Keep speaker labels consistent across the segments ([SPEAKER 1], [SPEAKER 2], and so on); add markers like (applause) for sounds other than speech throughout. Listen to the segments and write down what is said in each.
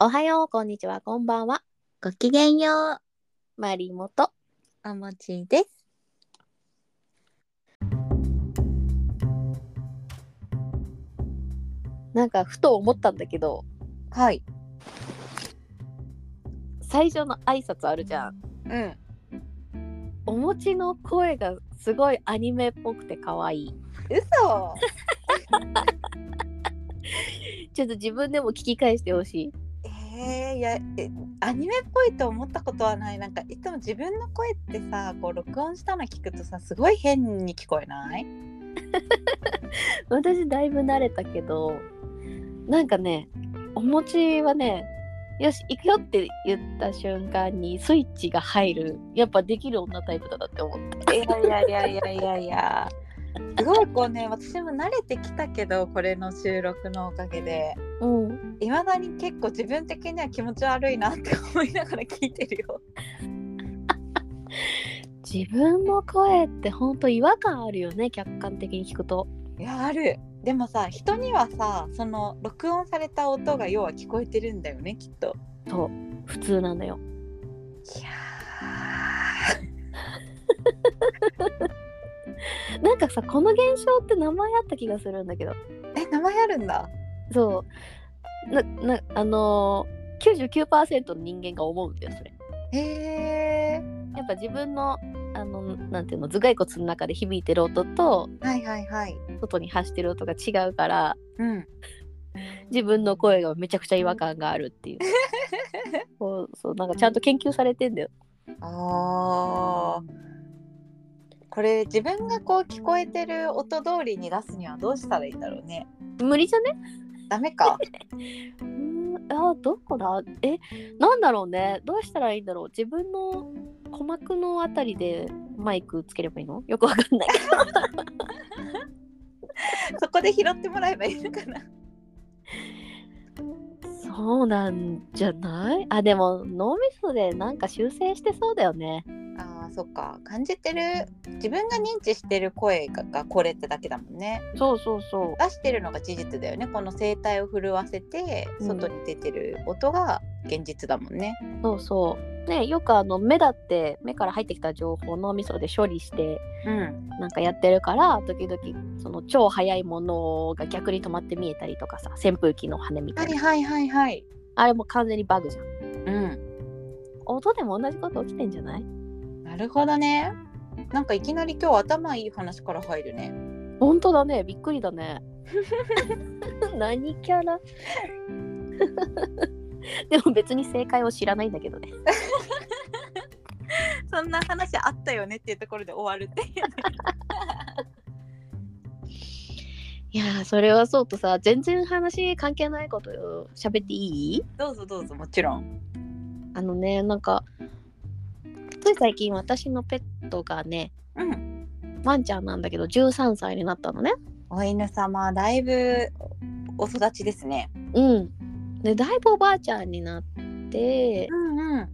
[SPEAKER 1] おはよう、こんにちは、こんばんは。
[SPEAKER 2] ごきげんよう、
[SPEAKER 1] マリモと。
[SPEAKER 2] おもちです。
[SPEAKER 1] なんかふと思ったんだけど、
[SPEAKER 2] はい。
[SPEAKER 1] 最初の挨拶あるじゃん。
[SPEAKER 2] うん。
[SPEAKER 1] お餅の声がすごいアニメっぽくて可愛い。
[SPEAKER 2] 嘘。
[SPEAKER 1] ちょっと自分でも聞き返してほしい。
[SPEAKER 2] えー、いやえアニメっぽいと思ったことはないなんかいつも自分の声ってさこう録音したの聞くとさすごい変に聞こえない
[SPEAKER 1] 私だいぶ慣れたけど、なんかね、お餅はね、よし、行くよって言った瞬間にスイッチが入る。やっぱできる女タイプだなって思った。
[SPEAKER 2] いやいやいやいやいやいやすごいこうね私も慣れてきたけどこれの収録のおかげで
[SPEAKER 1] うん。
[SPEAKER 2] いまだに結構自分的には気持ち悪いなって思いながら聞いてるよ
[SPEAKER 1] 自分の声ってほんと違和感あるよね、客観的に聞くと。
[SPEAKER 2] いやあるでもさ人にはさその録音された音が要は聞こえてるんだよねきっと
[SPEAKER 1] そう、普通なのよ。
[SPEAKER 2] いや
[SPEAKER 1] なんかさこの現象って名前あった気がするんだけど
[SPEAKER 2] え名前あるんだ
[SPEAKER 1] そうななあのー、99%の人間が思うんだよそれ
[SPEAKER 2] へえ
[SPEAKER 1] やっぱ自分のあのなんていうの頭蓋骨の中で響いてる音と
[SPEAKER 2] はいはいはい。
[SPEAKER 1] 外に発してる音が違うから
[SPEAKER 2] うん。
[SPEAKER 1] 自分の声がめちゃくちゃ違和感があるっていうそうそうなんかちゃんと研究されてんだよ
[SPEAKER 2] ああ。これ自分がこう聞こえてる音通りに出すにはどうしたらいいんだろうね。
[SPEAKER 1] 無理じゃね
[SPEAKER 2] ダメ (laughs) か。
[SPEAKER 1] うーんあーどこだえなんだろうねどうしたらいいんだろう自分の鼓膜のあたりでマイクつければいいのよくわかんない
[SPEAKER 2] そこで拾ってもらえばいいのかな。
[SPEAKER 1] (laughs) そうなんじゃないあでも脳みそでなんか修正してそうだよね
[SPEAKER 2] ああ、そっか。感じてる自分が認知してる声ががこれってだけだもんね。
[SPEAKER 1] そうそうそ
[SPEAKER 2] 出してるのが事実だよね。この声帯を震わせて外に出てる音が現実だもんね。
[SPEAKER 1] うそうそうねよくあの目だって目から入ってきた情報を脳みそで処理して
[SPEAKER 2] うん。
[SPEAKER 1] なんかやってるから時々その超速いものが逆に止まって見えたりとかさ扇風機の羽みた
[SPEAKER 2] はいい
[SPEAKER 1] な
[SPEAKER 2] はいはいはい。
[SPEAKER 1] あれも完全にバグじゃん
[SPEAKER 2] うん。
[SPEAKER 1] 音でも同じこと起きてんじゃない
[SPEAKER 2] なるほどね。なんかいきなり今日頭いい話から入るね。
[SPEAKER 1] 本当だねびっくりだね (laughs) 何キャラ (laughs) でも別に正解を知らないんだけどね
[SPEAKER 2] そんな話あったよねっていうところで終わるって。
[SPEAKER 1] いやーそれはそうとさ全然話関係ないことよ喋っていい
[SPEAKER 2] (laughs) どうぞどうぞもちろん。
[SPEAKER 1] あのねなんかつい最近私のペットがね
[SPEAKER 2] うん。
[SPEAKER 1] ワンちゃんなんだけど13歳になったのね
[SPEAKER 2] お犬様だいぶお育ちですね。
[SPEAKER 1] うんでだいぶおばあちゃんになって
[SPEAKER 2] んうん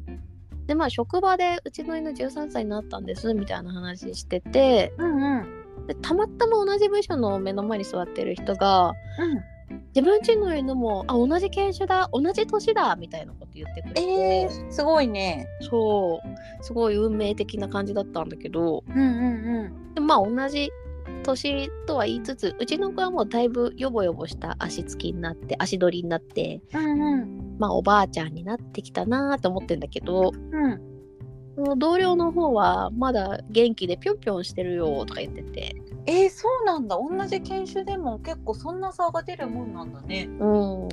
[SPEAKER 1] でまあ職場でうちの犬13歳になったんですみたいな話してて
[SPEAKER 2] うんうん
[SPEAKER 1] でたまたま同じ部署の目の前に座ってる人が
[SPEAKER 2] うん。
[SPEAKER 1] 自分ちの犬もあ同じ犬種だ同じ年だみたいなこと言ってくれて、
[SPEAKER 2] えー、すごいね。
[SPEAKER 1] そうすごい運命的な感じだったんだけど
[SPEAKER 2] うんうんうん。
[SPEAKER 1] でまあ同じ年とは言いつつうちの子はもうだいぶヨボヨボした足つきになって足取りになって
[SPEAKER 2] うんうん
[SPEAKER 1] まあおばあちゃんになってきたなーと思ってんだけど
[SPEAKER 2] うん。
[SPEAKER 1] その同僚の方はまだ元気でぴょんぴょんしてるよとか言ってて
[SPEAKER 2] えー、そうなんだ。同じ犬種でも結構そんな差が出るもんなんだね。
[SPEAKER 1] うん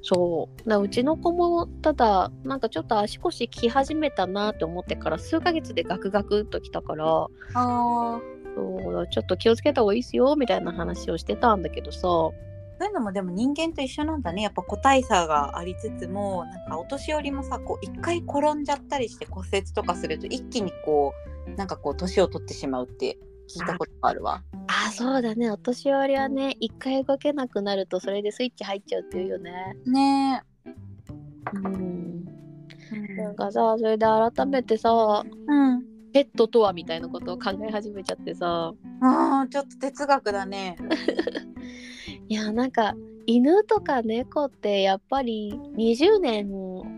[SPEAKER 1] そうだからうちの子もただなんかちょっと足腰き始めたなーと思ってから数ヶ月でガクガクっときたから
[SPEAKER 2] ああ。
[SPEAKER 1] そうちょっと気をつけた方がいいっすよみたいな話をしてたんだけどさ
[SPEAKER 2] そういうのもでも人間と一緒なんだねやっぱ個体差がありつつもなんかお年寄りもさこう一回転んじゃったりして骨折とかすると一気にこうなんかこう年を取ってしまうって聞いたことがあるわ。
[SPEAKER 1] あそうだねお年寄りはね一回動けなくなるとそれでスイッチ入っちゃうっていうよね
[SPEAKER 2] ね
[SPEAKER 1] うん
[SPEAKER 2] え。
[SPEAKER 1] なんかさそれで改めてさ
[SPEAKER 2] うん。
[SPEAKER 1] ペットとはみたいなことを考え始めちゃってさ
[SPEAKER 2] ああちょっと哲学だね。
[SPEAKER 1] いやなんか犬とか猫ってやっぱり20年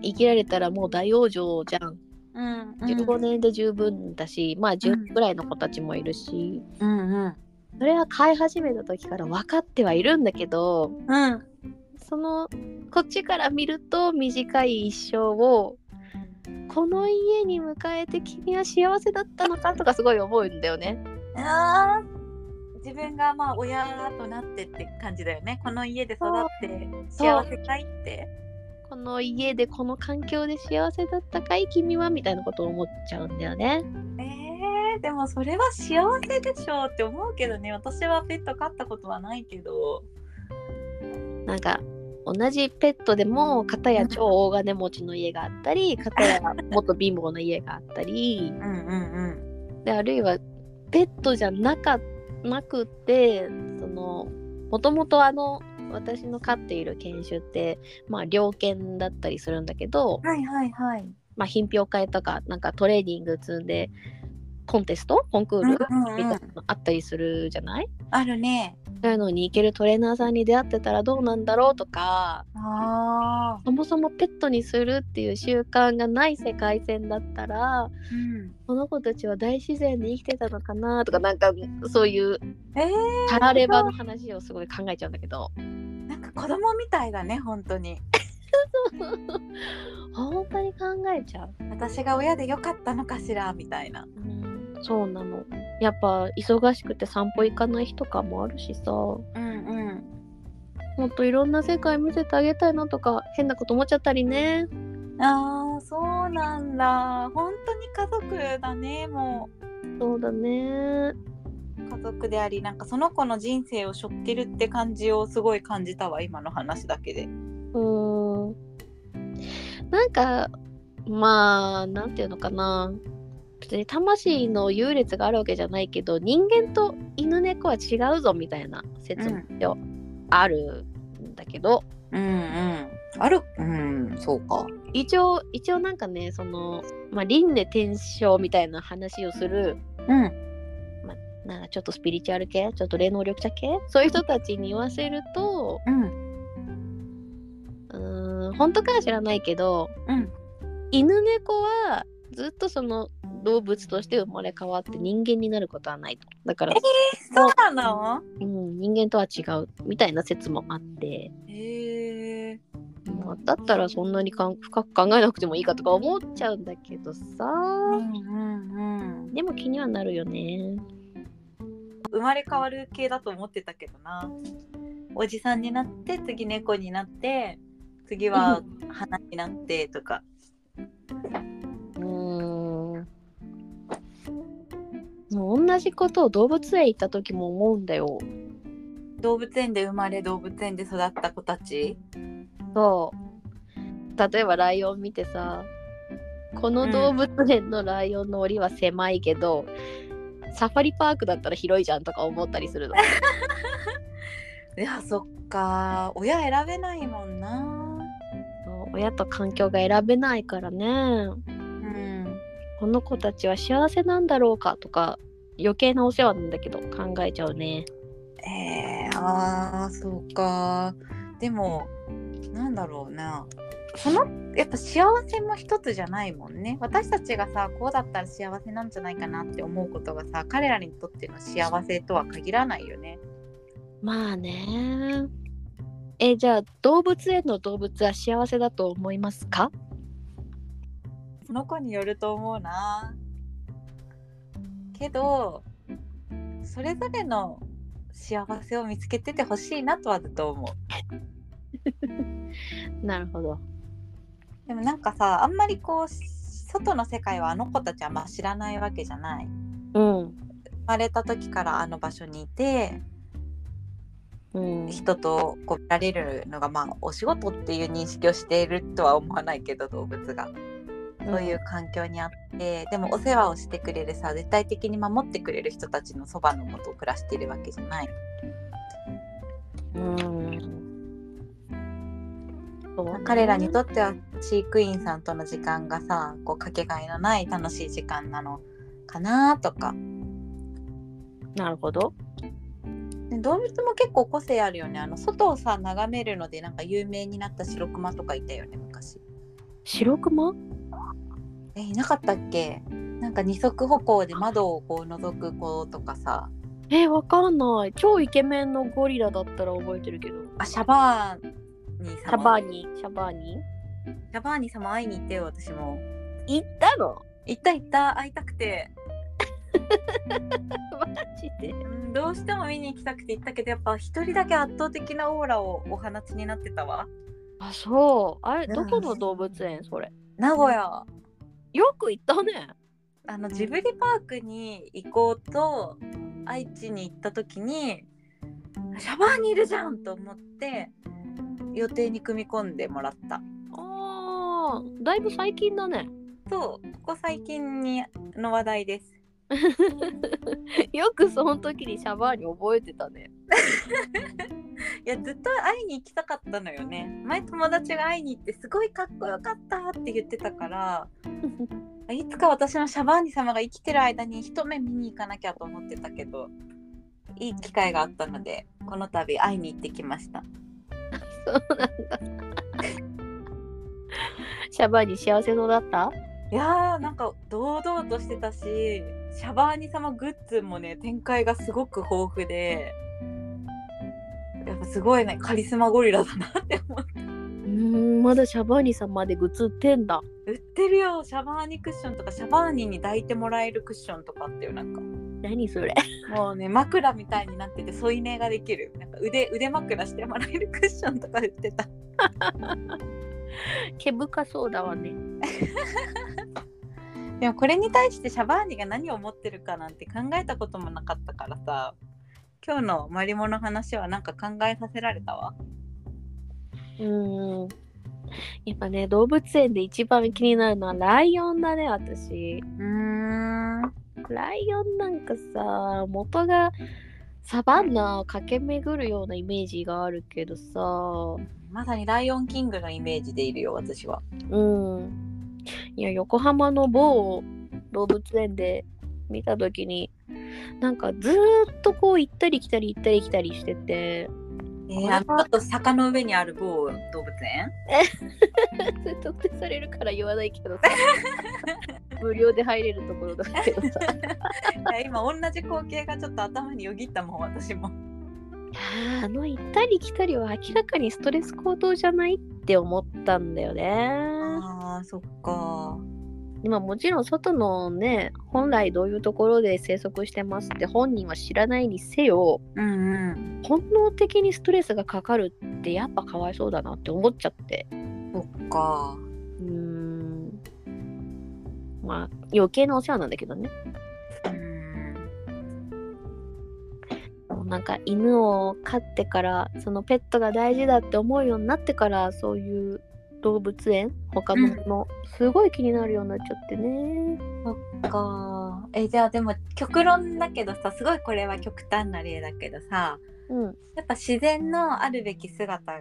[SPEAKER 1] 生きられたらもう大往生じゃん
[SPEAKER 2] うん
[SPEAKER 1] 15年で十分だし、まあ10ぐらいの子たちもいるし、
[SPEAKER 2] うんうん
[SPEAKER 1] それは飼い始めた時から分かってはいるんだけど
[SPEAKER 2] うん
[SPEAKER 1] そのこっちから見ると短い一生をこの家に迎えて君は幸せだったのかとかすごい思うんだよね。
[SPEAKER 2] あー自分がまあ親となってって感じだよねこの家で育って
[SPEAKER 1] そう
[SPEAKER 2] 幸せかいって
[SPEAKER 1] この家でこの環境で幸せだったかい君はみたいなことを思っちゃうんだよね。
[SPEAKER 2] えー、でもそれは幸せでしょうって思うけどね私はペット飼ったことはないけど
[SPEAKER 1] なんか同じペットでも片や超大金持ちの家があった
[SPEAKER 2] (laughs)
[SPEAKER 1] り片やもっと貧乏な家があったり
[SPEAKER 2] うんうん
[SPEAKER 1] であるいはペットじゃなかなくてそのもともとあの私の飼っている犬種ってまあ猟犬だったりするんだけど
[SPEAKER 2] うん、はいはいはい
[SPEAKER 1] まあ、品評会とかなんかトレーニング積んでコンテストコンクール
[SPEAKER 2] うん
[SPEAKER 1] み
[SPEAKER 2] うんう
[SPEAKER 1] た
[SPEAKER 2] ん
[SPEAKER 1] いなのあったりするじゃない、
[SPEAKER 2] あるね
[SPEAKER 1] そういうのに行けるトレーナーさんに出会ってたらどうなんだろうとか
[SPEAKER 2] ああ
[SPEAKER 1] そもそもペットにするっていう習慣がない世界線だったら
[SPEAKER 2] うん
[SPEAKER 1] この子たちは大自然に生きてたのかなとかなんかそういう
[SPEAKER 2] えー、
[SPEAKER 1] タラレバの話をすごい考えちゃうんだけど
[SPEAKER 2] なんか子供みたいだね本当に
[SPEAKER 1] 本当に考えちゃう、
[SPEAKER 2] 私が親でよかったのかしらみたいな
[SPEAKER 1] そうなのやっぱ忙しくて散歩行かない日とかもあるしさも
[SPEAKER 2] うんうん
[SPEAKER 1] っといろんな世界見せてあげたいなとか変なこと思っちゃったりね
[SPEAKER 2] あーそうなんだ本当に家族だねも
[SPEAKER 1] そうだね
[SPEAKER 2] う家族でありなんかその子の人生を背負ってるって感じをすごい感じたわ今の話だけで
[SPEAKER 1] うーんなんかまあなんていうのかな別に魂の優劣があるわけじゃないけど人間と犬猫は違うぞみたいな説もあるんだけど、
[SPEAKER 2] うんうんあるうんそうか
[SPEAKER 1] 一応一応なんかねその、まあ、輪廻転生みたいな話をする
[SPEAKER 2] うん
[SPEAKER 1] なんかちょっとスピリチュアル系ちょっと霊能力者系そういう人たちに言わせると
[SPEAKER 2] うん
[SPEAKER 1] うーん本当かは知らないけど
[SPEAKER 2] うん
[SPEAKER 1] 犬猫はずっとその動物として生まれ変わって人間になることはないとだから、
[SPEAKER 2] そうなの
[SPEAKER 1] うん、人間とは違うみたいな説もあって、
[SPEAKER 2] へえ
[SPEAKER 1] まあだったらそんなにかん深く考えなくてもいいかとか思っちゃうんだけどさ
[SPEAKER 2] うんうんうん
[SPEAKER 1] でも気にはなるよね
[SPEAKER 2] 生まれ変わる系だと思ってたけどなおじさんになって次猫になって次は花になってとか
[SPEAKER 1] うんもう同じことを動物園行った時も思うんだよ
[SPEAKER 2] 動物園で生まれ動物園で育った子たち
[SPEAKER 1] そう例えばライオン見てさこの動物園のライオンの檻は狭いけど、サファリパークだったら広いじゃんとか思ったりするの
[SPEAKER 2] いやそっか親選べないもんな
[SPEAKER 1] そう (laughs) 親と環境が選べないからね
[SPEAKER 2] うん
[SPEAKER 1] この子たちは幸せなんだろうかとか余計なお世話なんだけど考えちゃうね
[SPEAKER 2] えー、あーそうかでもなんだろうなそのやっぱ幸せも一つじゃないもんね私たちがさこうだったら幸せなんじゃないかなって思うことがさ彼らにとっての幸せとは限らないよね
[SPEAKER 1] まあねえじゃあ動物園の動物は幸せだと思いますか
[SPEAKER 2] その子によると思うなけどそれぞれの幸せを見つけててほしいなとはずっと思う
[SPEAKER 1] なるほど
[SPEAKER 2] でもなんかさあんまりこう外の世界はあの子たちはまあ知らないわけじゃない
[SPEAKER 1] うん
[SPEAKER 2] 生まれた時からあの場所にいて
[SPEAKER 1] うん
[SPEAKER 2] 人とこう見られるのがまあお仕事っていう認識をしているとは思わないけど動物がそういう環境にあって、でもお世話をしてくれるさ絶対的に守ってくれる人たちのそばのもとを暮らしているわけじゃない
[SPEAKER 1] うんそうね
[SPEAKER 2] 彼らにとっては飼育員さんとの時間がさこうかけがえのない楽しい時間なのかなとか
[SPEAKER 1] なるほど
[SPEAKER 2] ね動物も結構個性あるよねあの外をさ眺めるのでなんか有名になった白熊とかいたよね昔
[SPEAKER 1] 白熊
[SPEAKER 2] えいなかったっけなんか二足歩行で窓をこう覗く子とかさ
[SPEAKER 1] えわかんない超イケメンのゴリラだったら覚えてるけど
[SPEAKER 2] あシャバーニ様
[SPEAKER 1] シャバーニシャバーニ
[SPEAKER 2] シャバーニ様会いに行ってよ私も
[SPEAKER 1] 行ったの
[SPEAKER 2] 行った行った会いたくて、
[SPEAKER 1] マジで
[SPEAKER 2] うん、どうしても見に行きたくて行ったけどやっぱ一人だけ圧倒的なオーラをお放ちになってたわ
[SPEAKER 1] あそうあれ
[SPEAKER 2] うん
[SPEAKER 1] どこの動物園それ
[SPEAKER 2] 名古屋
[SPEAKER 1] よく行ったね
[SPEAKER 2] あのジブリパークに行こうと愛知に行った時にシャバーニいるじゃんと思って予定に組み込んでもらった
[SPEAKER 1] あーだいぶ最近だね (laughs)
[SPEAKER 2] とここ最近にの話題です
[SPEAKER 1] よくその時にシャバーニ覚えてたね
[SPEAKER 2] いやずっと会いに行きたかったのよね前友達が会いに行ってすごいかっこよかったって言ってたからいつか私のシャバーニ様が生きてる間に一目見に行かなきゃと思ってたけどいい機会があったのでこの度会いに行ってきました
[SPEAKER 1] そうなんだシャバーニ幸せそうだった
[SPEAKER 2] いやーなんか堂々としてたしシャバーニ様グッズもね展開がすごく豊富でやっぱすごいねカリスマゴリラだなって思って
[SPEAKER 1] うんまだシャバーニさんまでグッズ売ってんだ
[SPEAKER 2] 売ってるよシャバーニクッションとかシャバーニに抱いてもらえるクッションとかあってよなんか
[SPEAKER 1] 何それ (laughs)
[SPEAKER 2] もうね枕みたいになってて添い寝ができるなんか腕腕枕してもらえるクッションとか売ってた
[SPEAKER 1] 毛深そうだわね
[SPEAKER 2] でもこれに対してシャバーニが何を持ってるかなんて考えたこともなかったからさ今日のマリモの話はなんか考えさせられたわ
[SPEAKER 1] うんやっぱね動物園で一番気になるのはライオンだね私
[SPEAKER 2] うーん
[SPEAKER 1] ライオンなんかさ元がサバンナを駆け巡るようなイメージがあるけどさ
[SPEAKER 2] まさにライオンキングのイメージでいるよ私は
[SPEAKER 1] うんいや横浜の某動物園で見た時になんかずーっとこう行ったり来たり行ったり来たりしてて (laughs)
[SPEAKER 2] え
[SPEAKER 1] これ
[SPEAKER 2] ー、
[SPEAKER 1] は
[SPEAKER 2] あのちょっと坂の上にある某動物園 (laughs)
[SPEAKER 1] それ特定されるから言わないけどさ無料で入れるところだけどさ
[SPEAKER 2] いや今同じ光景がちょっと頭によぎったもん私も
[SPEAKER 1] あの行ったり来たりは明らかにストレス行動じゃないって思ったんだよね
[SPEAKER 2] あーそっか
[SPEAKER 1] 今もちろん外のね本来どういうところで生息してますって本人は知らないにせよ
[SPEAKER 2] うんうん
[SPEAKER 1] 本能的にストレスがかかるってやっぱかわいそうだなって思っちゃって
[SPEAKER 2] そっか
[SPEAKER 1] うーんまあ余計なお世話なんだけどね
[SPEAKER 2] うん
[SPEAKER 1] なんか犬を飼ってからそのペットが大事だって思うようになってからそういう動物園他のもの、すごい気になるようになっちゃってね
[SPEAKER 2] そっかえじゃあでも極論だけどさすごいこれは極端な例だけどさ
[SPEAKER 1] うん
[SPEAKER 2] やっぱ自然のあるべき姿が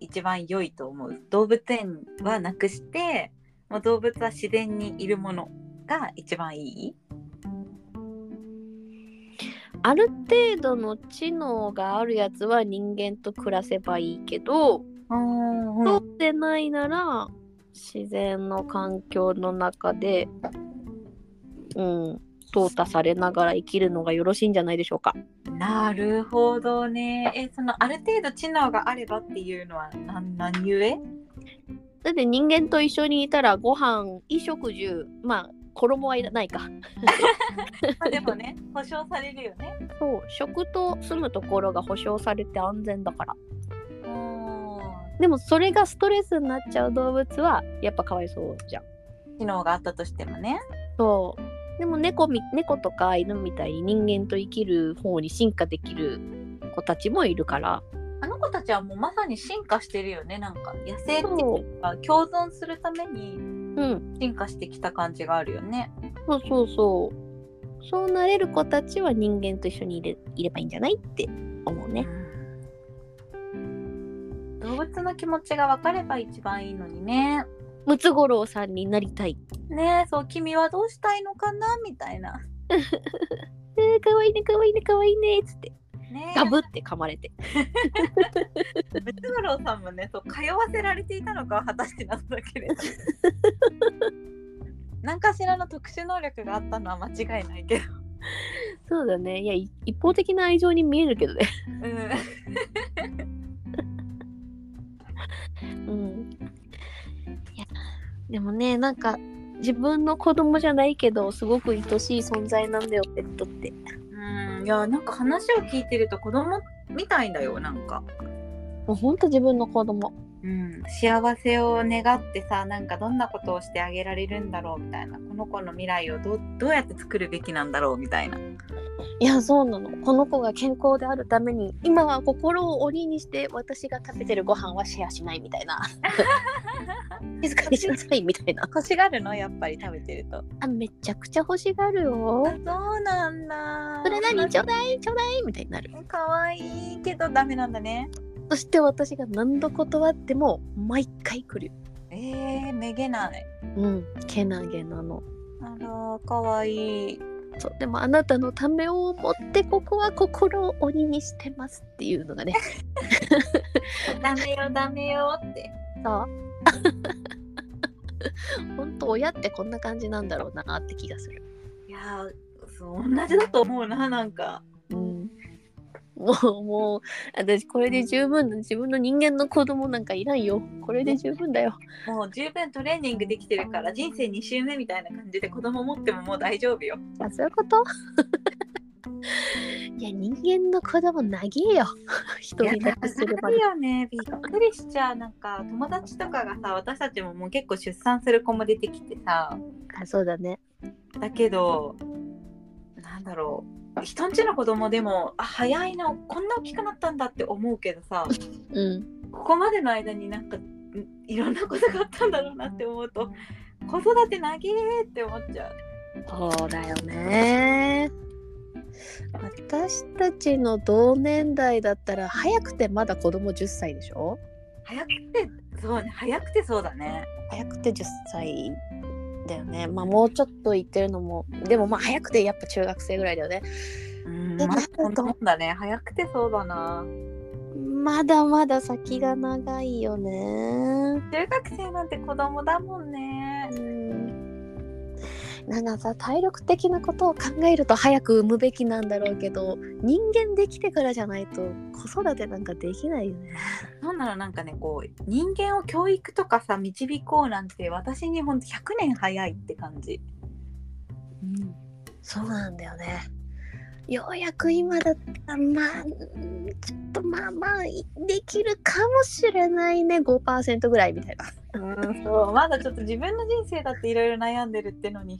[SPEAKER 2] 一番良いと思う動物園はなくしてもう動物は自然にいるものが一番いい
[SPEAKER 1] ある程度の知能があるやつは人間と暮らせばいいけど
[SPEAKER 2] うん
[SPEAKER 1] そうでないなら自然の環境の中でうん淘汰されながら生きるのがよろしいんじゃないでしょうか
[SPEAKER 2] なるほどねえそのある程度知能があればっていうのは何何故 (laughs)
[SPEAKER 1] だって人間と一緒にいたらご飯衣食住まあ衣はいらないか
[SPEAKER 2] まあでもね保証されるよね
[SPEAKER 1] そう食と住むところが保障されて安全だから
[SPEAKER 2] うん
[SPEAKER 1] でもそれがストレスになっちゃう動物はやっぱかわいそうじゃん
[SPEAKER 2] 知能があったとしてもね
[SPEAKER 1] そうでも猫み猫とか犬みたいに人間と生きる方に進化できる子たちもいるから
[SPEAKER 2] あの子たちはもうまさに進化してるよねなんか野生って
[SPEAKER 1] そ
[SPEAKER 2] いうか共存するために
[SPEAKER 1] う,、うん、
[SPEAKER 2] 進化してきた感じがあるよね
[SPEAKER 1] そうそうそうそうなれる子たちは人間と一緒にいれいればいいんじゃないって思うね
[SPEAKER 2] 動物の気持ちが分かれば一番いいのにね。
[SPEAKER 1] ムツゴロウさんになりたい
[SPEAKER 2] ねえそう君はどうしたいのかなみたいな。
[SPEAKER 1] えー、かわいいねかわいいねかわいいねっつって
[SPEAKER 2] ねえ
[SPEAKER 1] ガブって噛まれて
[SPEAKER 2] ムツゴロウさんもねそう通わせられていたのかは果たして謎だ
[SPEAKER 1] (laughs)
[SPEAKER 2] けれど何かしらの特殊能力があったのは間違いないけど、
[SPEAKER 1] そうだねいやい一方的な愛情に見えるけどね
[SPEAKER 2] うん、
[SPEAKER 1] うんいやでもねなんか自分の子供じゃないけどすごく愛しい存在なんだよペットって
[SPEAKER 2] うんいやなんか話を聞いてると子供みたいだよなんか、
[SPEAKER 1] もうほんと自分の子供
[SPEAKER 2] うん、幸せを願ってさなんかどんなことをしてあげられるんだろうみたいなこの子の未来をどうどうやって作るべきなんだろうみたいない
[SPEAKER 1] やそうなのこの子が健康であるために今は心を鬼にして私が食べてるご飯はシェアしないみたい (laughs) な静かにしなさいみたいな
[SPEAKER 2] 欲しがるのやっぱり食べてると
[SPEAKER 1] あめちゃくちゃ欲しがるよ
[SPEAKER 2] そうなんだ
[SPEAKER 1] それ何ちょうだいちょうだいみたいになる
[SPEAKER 2] 可愛いけどダメなんだね
[SPEAKER 1] そして私が何度断っても毎回来る
[SPEAKER 2] えー、めげない
[SPEAKER 1] うんけなげなの
[SPEAKER 2] あらかわいい
[SPEAKER 1] そうでもあなたのためを思ってここは心を鬼にしてますっていうのがね
[SPEAKER 2] ダメよダメよって
[SPEAKER 1] そう (laughs) 本当親ってこんな感じなんだろうなって気がする
[SPEAKER 2] いやーそう同じだと思うななんか
[SPEAKER 1] うんもうもう私これで十分自分の人間の子供なんかいらんよこれで十分だよ
[SPEAKER 2] もう十分トレーニングできてるから人生2周目みたいな感じで子供持ってももう大丈夫よ
[SPEAKER 1] あそういうこと (laughs) いや人間の子供なげえよ (laughs) 一人だけすれば
[SPEAKER 2] いよねびっくりしちゃうなんか友達とかがさ私たちももう結構出産する子も出てきてさ
[SPEAKER 1] あそうだね
[SPEAKER 2] だけどなんだろう人んちの子供でもあ早いなこんな大きくなったんだって思うけどさ
[SPEAKER 1] うん
[SPEAKER 2] ここまでの間になんかんいろんなことがあったんだろうなって思うと子育てなげーって思っちゃう。
[SPEAKER 1] そうだよね私たちの同年代だったら早くてまだ子供10歳でしょ
[SPEAKER 2] 早くてそうね早くてそうだね。
[SPEAKER 1] 早くて10歳だよねまあもうちょっと言ってるのもでもまあ早くてやっぱ中学生ぐらいだよね
[SPEAKER 2] うん
[SPEAKER 1] え
[SPEAKER 2] まあ
[SPEAKER 1] なる
[SPEAKER 2] そ
[SPEAKER 1] ほ
[SPEAKER 2] ん
[SPEAKER 1] ど
[SPEAKER 2] なもんだね早くてそうだな。
[SPEAKER 1] まだまだ先が長いよね。
[SPEAKER 2] 中学生なんて子供だもんね。
[SPEAKER 1] なんかさ体力的なことを考えると早く産むべきなんだろうけど人間できてからじゃないと子育てなんかできないよね。
[SPEAKER 2] なんならなんかねこう人間を教育とかさ導こうなんて私にほんと100年早いって感じ。
[SPEAKER 1] うん、そうなんだよね。ようやく今だったらまあうんちょっとまあまあいできるかもしれないね5%ぐらいみたいな。
[SPEAKER 2] うん、そうまだちょっと自分の人生だっていろいろ悩んでるってのに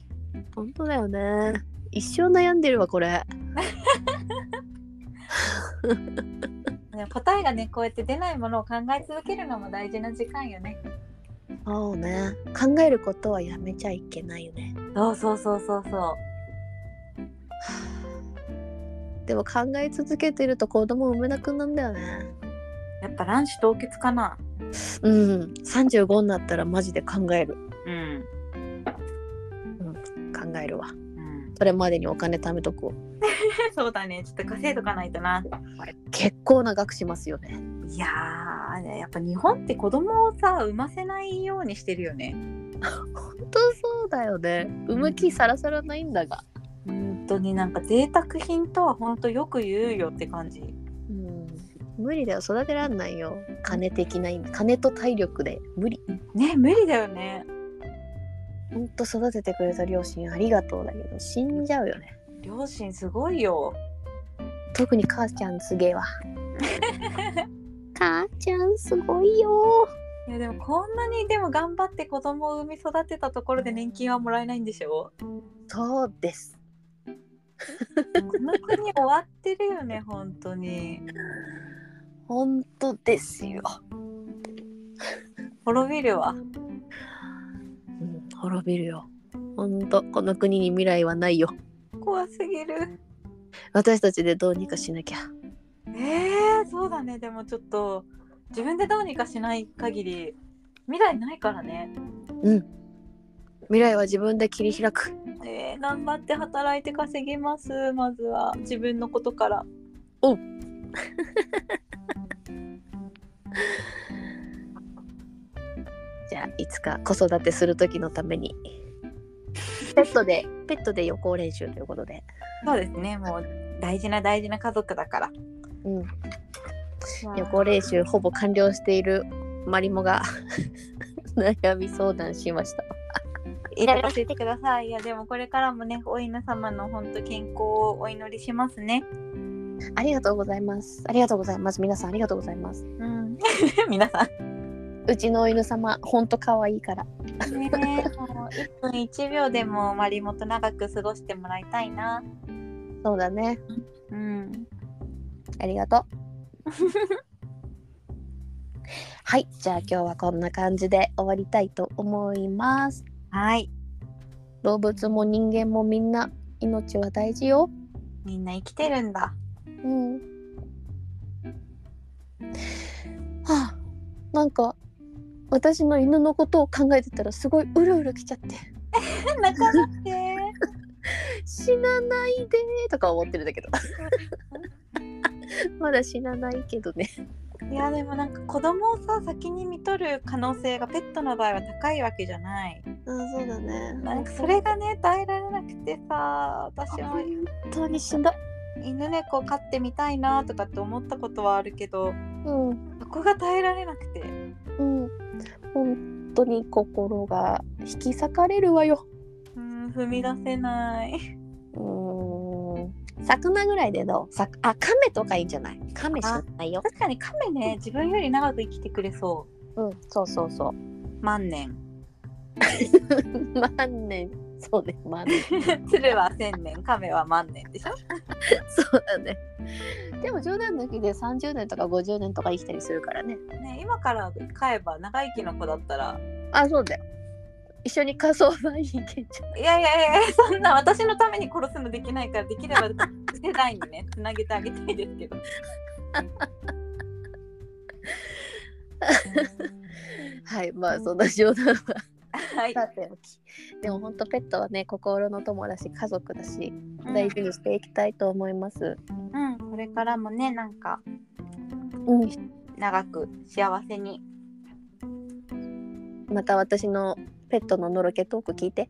[SPEAKER 1] 本当だよね。一生悩んでるわこれ。
[SPEAKER 2] ね答えがねこうやって出ないものを考え続けるのも大事な時間よね。
[SPEAKER 1] そうね考えることはやめちゃいけないよね。
[SPEAKER 2] そうそうそうそうそう。
[SPEAKER 1] でも考え続けてると子供産めなくなんだよね。
[SPEAKER 2] やっぱ卵子凍結かな。
[SPEAKER 1] うん、35になったらマジで考える。
[SPEAKER 2] うん。
[SPEAKER 1] 考えるわ。
[SPEAKER 2] うん、 (laughs)
[SPEAKER 1] それまでにお金貯めとこう。
[SPEAKER 2] そうだね。ちょっと稼いとかないとな。
[SPEAKER 1] 結構な額しますよね。
[SPEAKER 2] いやー、やっぱ日本って子供をさ、産ませないようにしてるよね。
[SPEAKER 1] 本当そうだよね。産む気さらさらないんだが。
[SPEAKER 2] 本当になんか贅沢品とは本当よく言うよって感じ。
[SPEAKER 1] うん、無理だよ。育てらんないよ。金的な意味。金と体力で無理。
[SPEAKER 2] ね、無理だよね。
[SPEAKER 1] ほんと育ててくれた両親ありがとうだけど、死んじゃうよね。
[SPEAKER 2] 両親すごいよ。
[SPEAKER 1] 特に母ちゃんすげえわ。 (laughs) 母ちゃんすごいよ。
[SPEAKER 2] いやでもこんなにでも頑張って子供を産み育てたところで年金はもらえないんでしょ
[SPEAKER 1] そうです。
[SPEAKER 2] この国終わってるよね (laughs) 本当に
[SPEAKER 1] 本当ですよ。
[SPEAKER 2] 滅びるわ
[SPEAKER 1] うん、滅びるよ。本当この国に未来はないよ。
[SPEAKER 2] 怖すぎる
[SPEAKER 1] 私たちでどうにかしなきゃ。
[SPEAKER 2] えー、そうだねでもちょっと自分でどうにかしない限り未来ないからね
[SPEAKER 1] 未来は自分で切り開く。
[SPEAKER 2] えー、頑張って働いて稼ぎますまずは自分のことから
[SPEAKER 1] じゃあいつか子育てする時のためにペットでペットで予行練習ということで、
[SPEAKER 2] そうですねもう大事な大事な家族だから
[SPEAKER 1] うん、予行練習ほぼ完了しているマリモが (laughs) 悩み相談しました。
[SPEAKER 2] いらせてくださいいやでもこれからもねお犬様の本当健康をお祈りしますね
[SPEAKER 1] ありがとうございます。ありがとうございます。皆さんありがとうございます。
[SPEAKER 2] うん (laughs) 皆さん
[SPEAKER 1] うちのお犬様、ほんと可愛いから。
[SPEAKER 2] ね (laughs) え、もう1分1秒でもマリモと長く過ごしてもらいたいな。
[SPEAKER 1] そうだね。
[SPEAKER 2] うん。
[SPEAKER 1] ありがとう。 (laughs) はい、じゃあ今日はこんな感じで終わりたいと思います。
[SPEAKER 2] はい。
[SPEAKER 1] 動物も人間もみんな命は大事よ。
[SPEAKER 2] みんな生きてるんだ。
[SPEAKER 1] うん。はあ、なんか私の犬のことを考えてたらすごいうるうるきちゃって
[SPEAKER 2] (laughs) 泣かなくて。
[SPEAKER 1] 「死なないで」とか思ってるんだけど (laughs) まだ死なないけどね
[SPEAKER 2] いや、でもなんか子供をさ、先に見とる可能性がペットの場合は高いわけじゃない。
[SPEAKER 1] あそうだね
[SPEAKER 2] なんかそれがね、耐えられなくてさ、私も
[SPEAKER 1] 本当に死んだ
[SPEAKER 2] 犬猫飼ってみたいなとかって思ったことはあるけど、
[SPEAKER 1] うん
[SPEAKER 2] そこが耐えられなくて。
[SPEAKER 1] うん本当に心が引き裂かれるわよ
[SPEAKER 2] うん、踏み出せない。
[SPEAKER 1] うーん魚ぐらいでどうさあ亀とかいいんじゃない亀死なないよ
[SPEAKER 2] 確かにカメね、自分より長く生きてくれそ
[SPEAKER 1] うんそうそうそう
[SPEAKER 2] う。万年。
[SPEAKER 1] (laughs) 万年そうね万年
[SPEAKER 2] 鶴は千年亀は万年でしょ
[SPEAKER 1] (laughs) そうだねでも冗談抜きで30年とか50年とか生きたりするからね
[SPEAKER 2] ね今から飼えば長生きの子だったら
[SPEAKER 1] あそうだよ一緒に仮想場に行けちゃう
[SPEAKER 2] いやいやいやそんな私のために殺すのできないからできれば世代にねつなげてあげたいですけど
[SPEAKER 1] (laughs) はいまあそんな冗談は
[SPEAKER 2] はい
[SPEAKER 1] さておきでも本当ペットはね心の友だし家族だし
[SPEAKER 2] うん
[SPEAKER 1] 大事にしていきたいと思います
[SPEAKER 2] うんこれからもねなんか
[SPEAKER 1] うん
[SPEAKER 2] 長く幸せに
[SPEAKER 1] また私のペットののろけトーク聞いて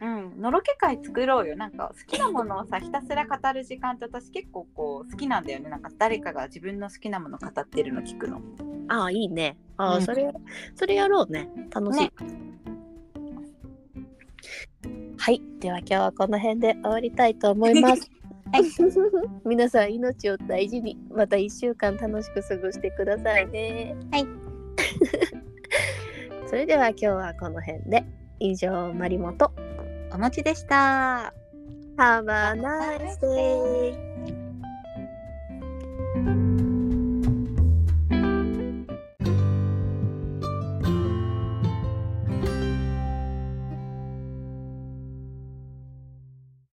[SPEAKER 2] うんのろけ会作ろうよなんか好きなものをさひたすら語る時間って私結構こう好きなんだよねなんか誰かが自分の好きなもの語ってるの聞くの
[SPEAKER 1] ああいいねああ、
[SPEAKER 2] うん
[SPEAKER 1] それそれやろうね楽しい、
[SPEAKER 2] ね
[SPEAKER 1] はいでは今日はこの辺で終わりたいと思います、
[SPEAKER 2] (laughs) はい
[SPEAKER 1] (laughs) 皆さん命を大事にまた1週間楽しく過ごしてくださいね
[SPEAKER 2] はい
[SPEAKER 1] (laughs) それでは今日はこの辺で以上マリモと
[SPEAKER 2] お餅でした。
[SPEAKER 1] Have a nice day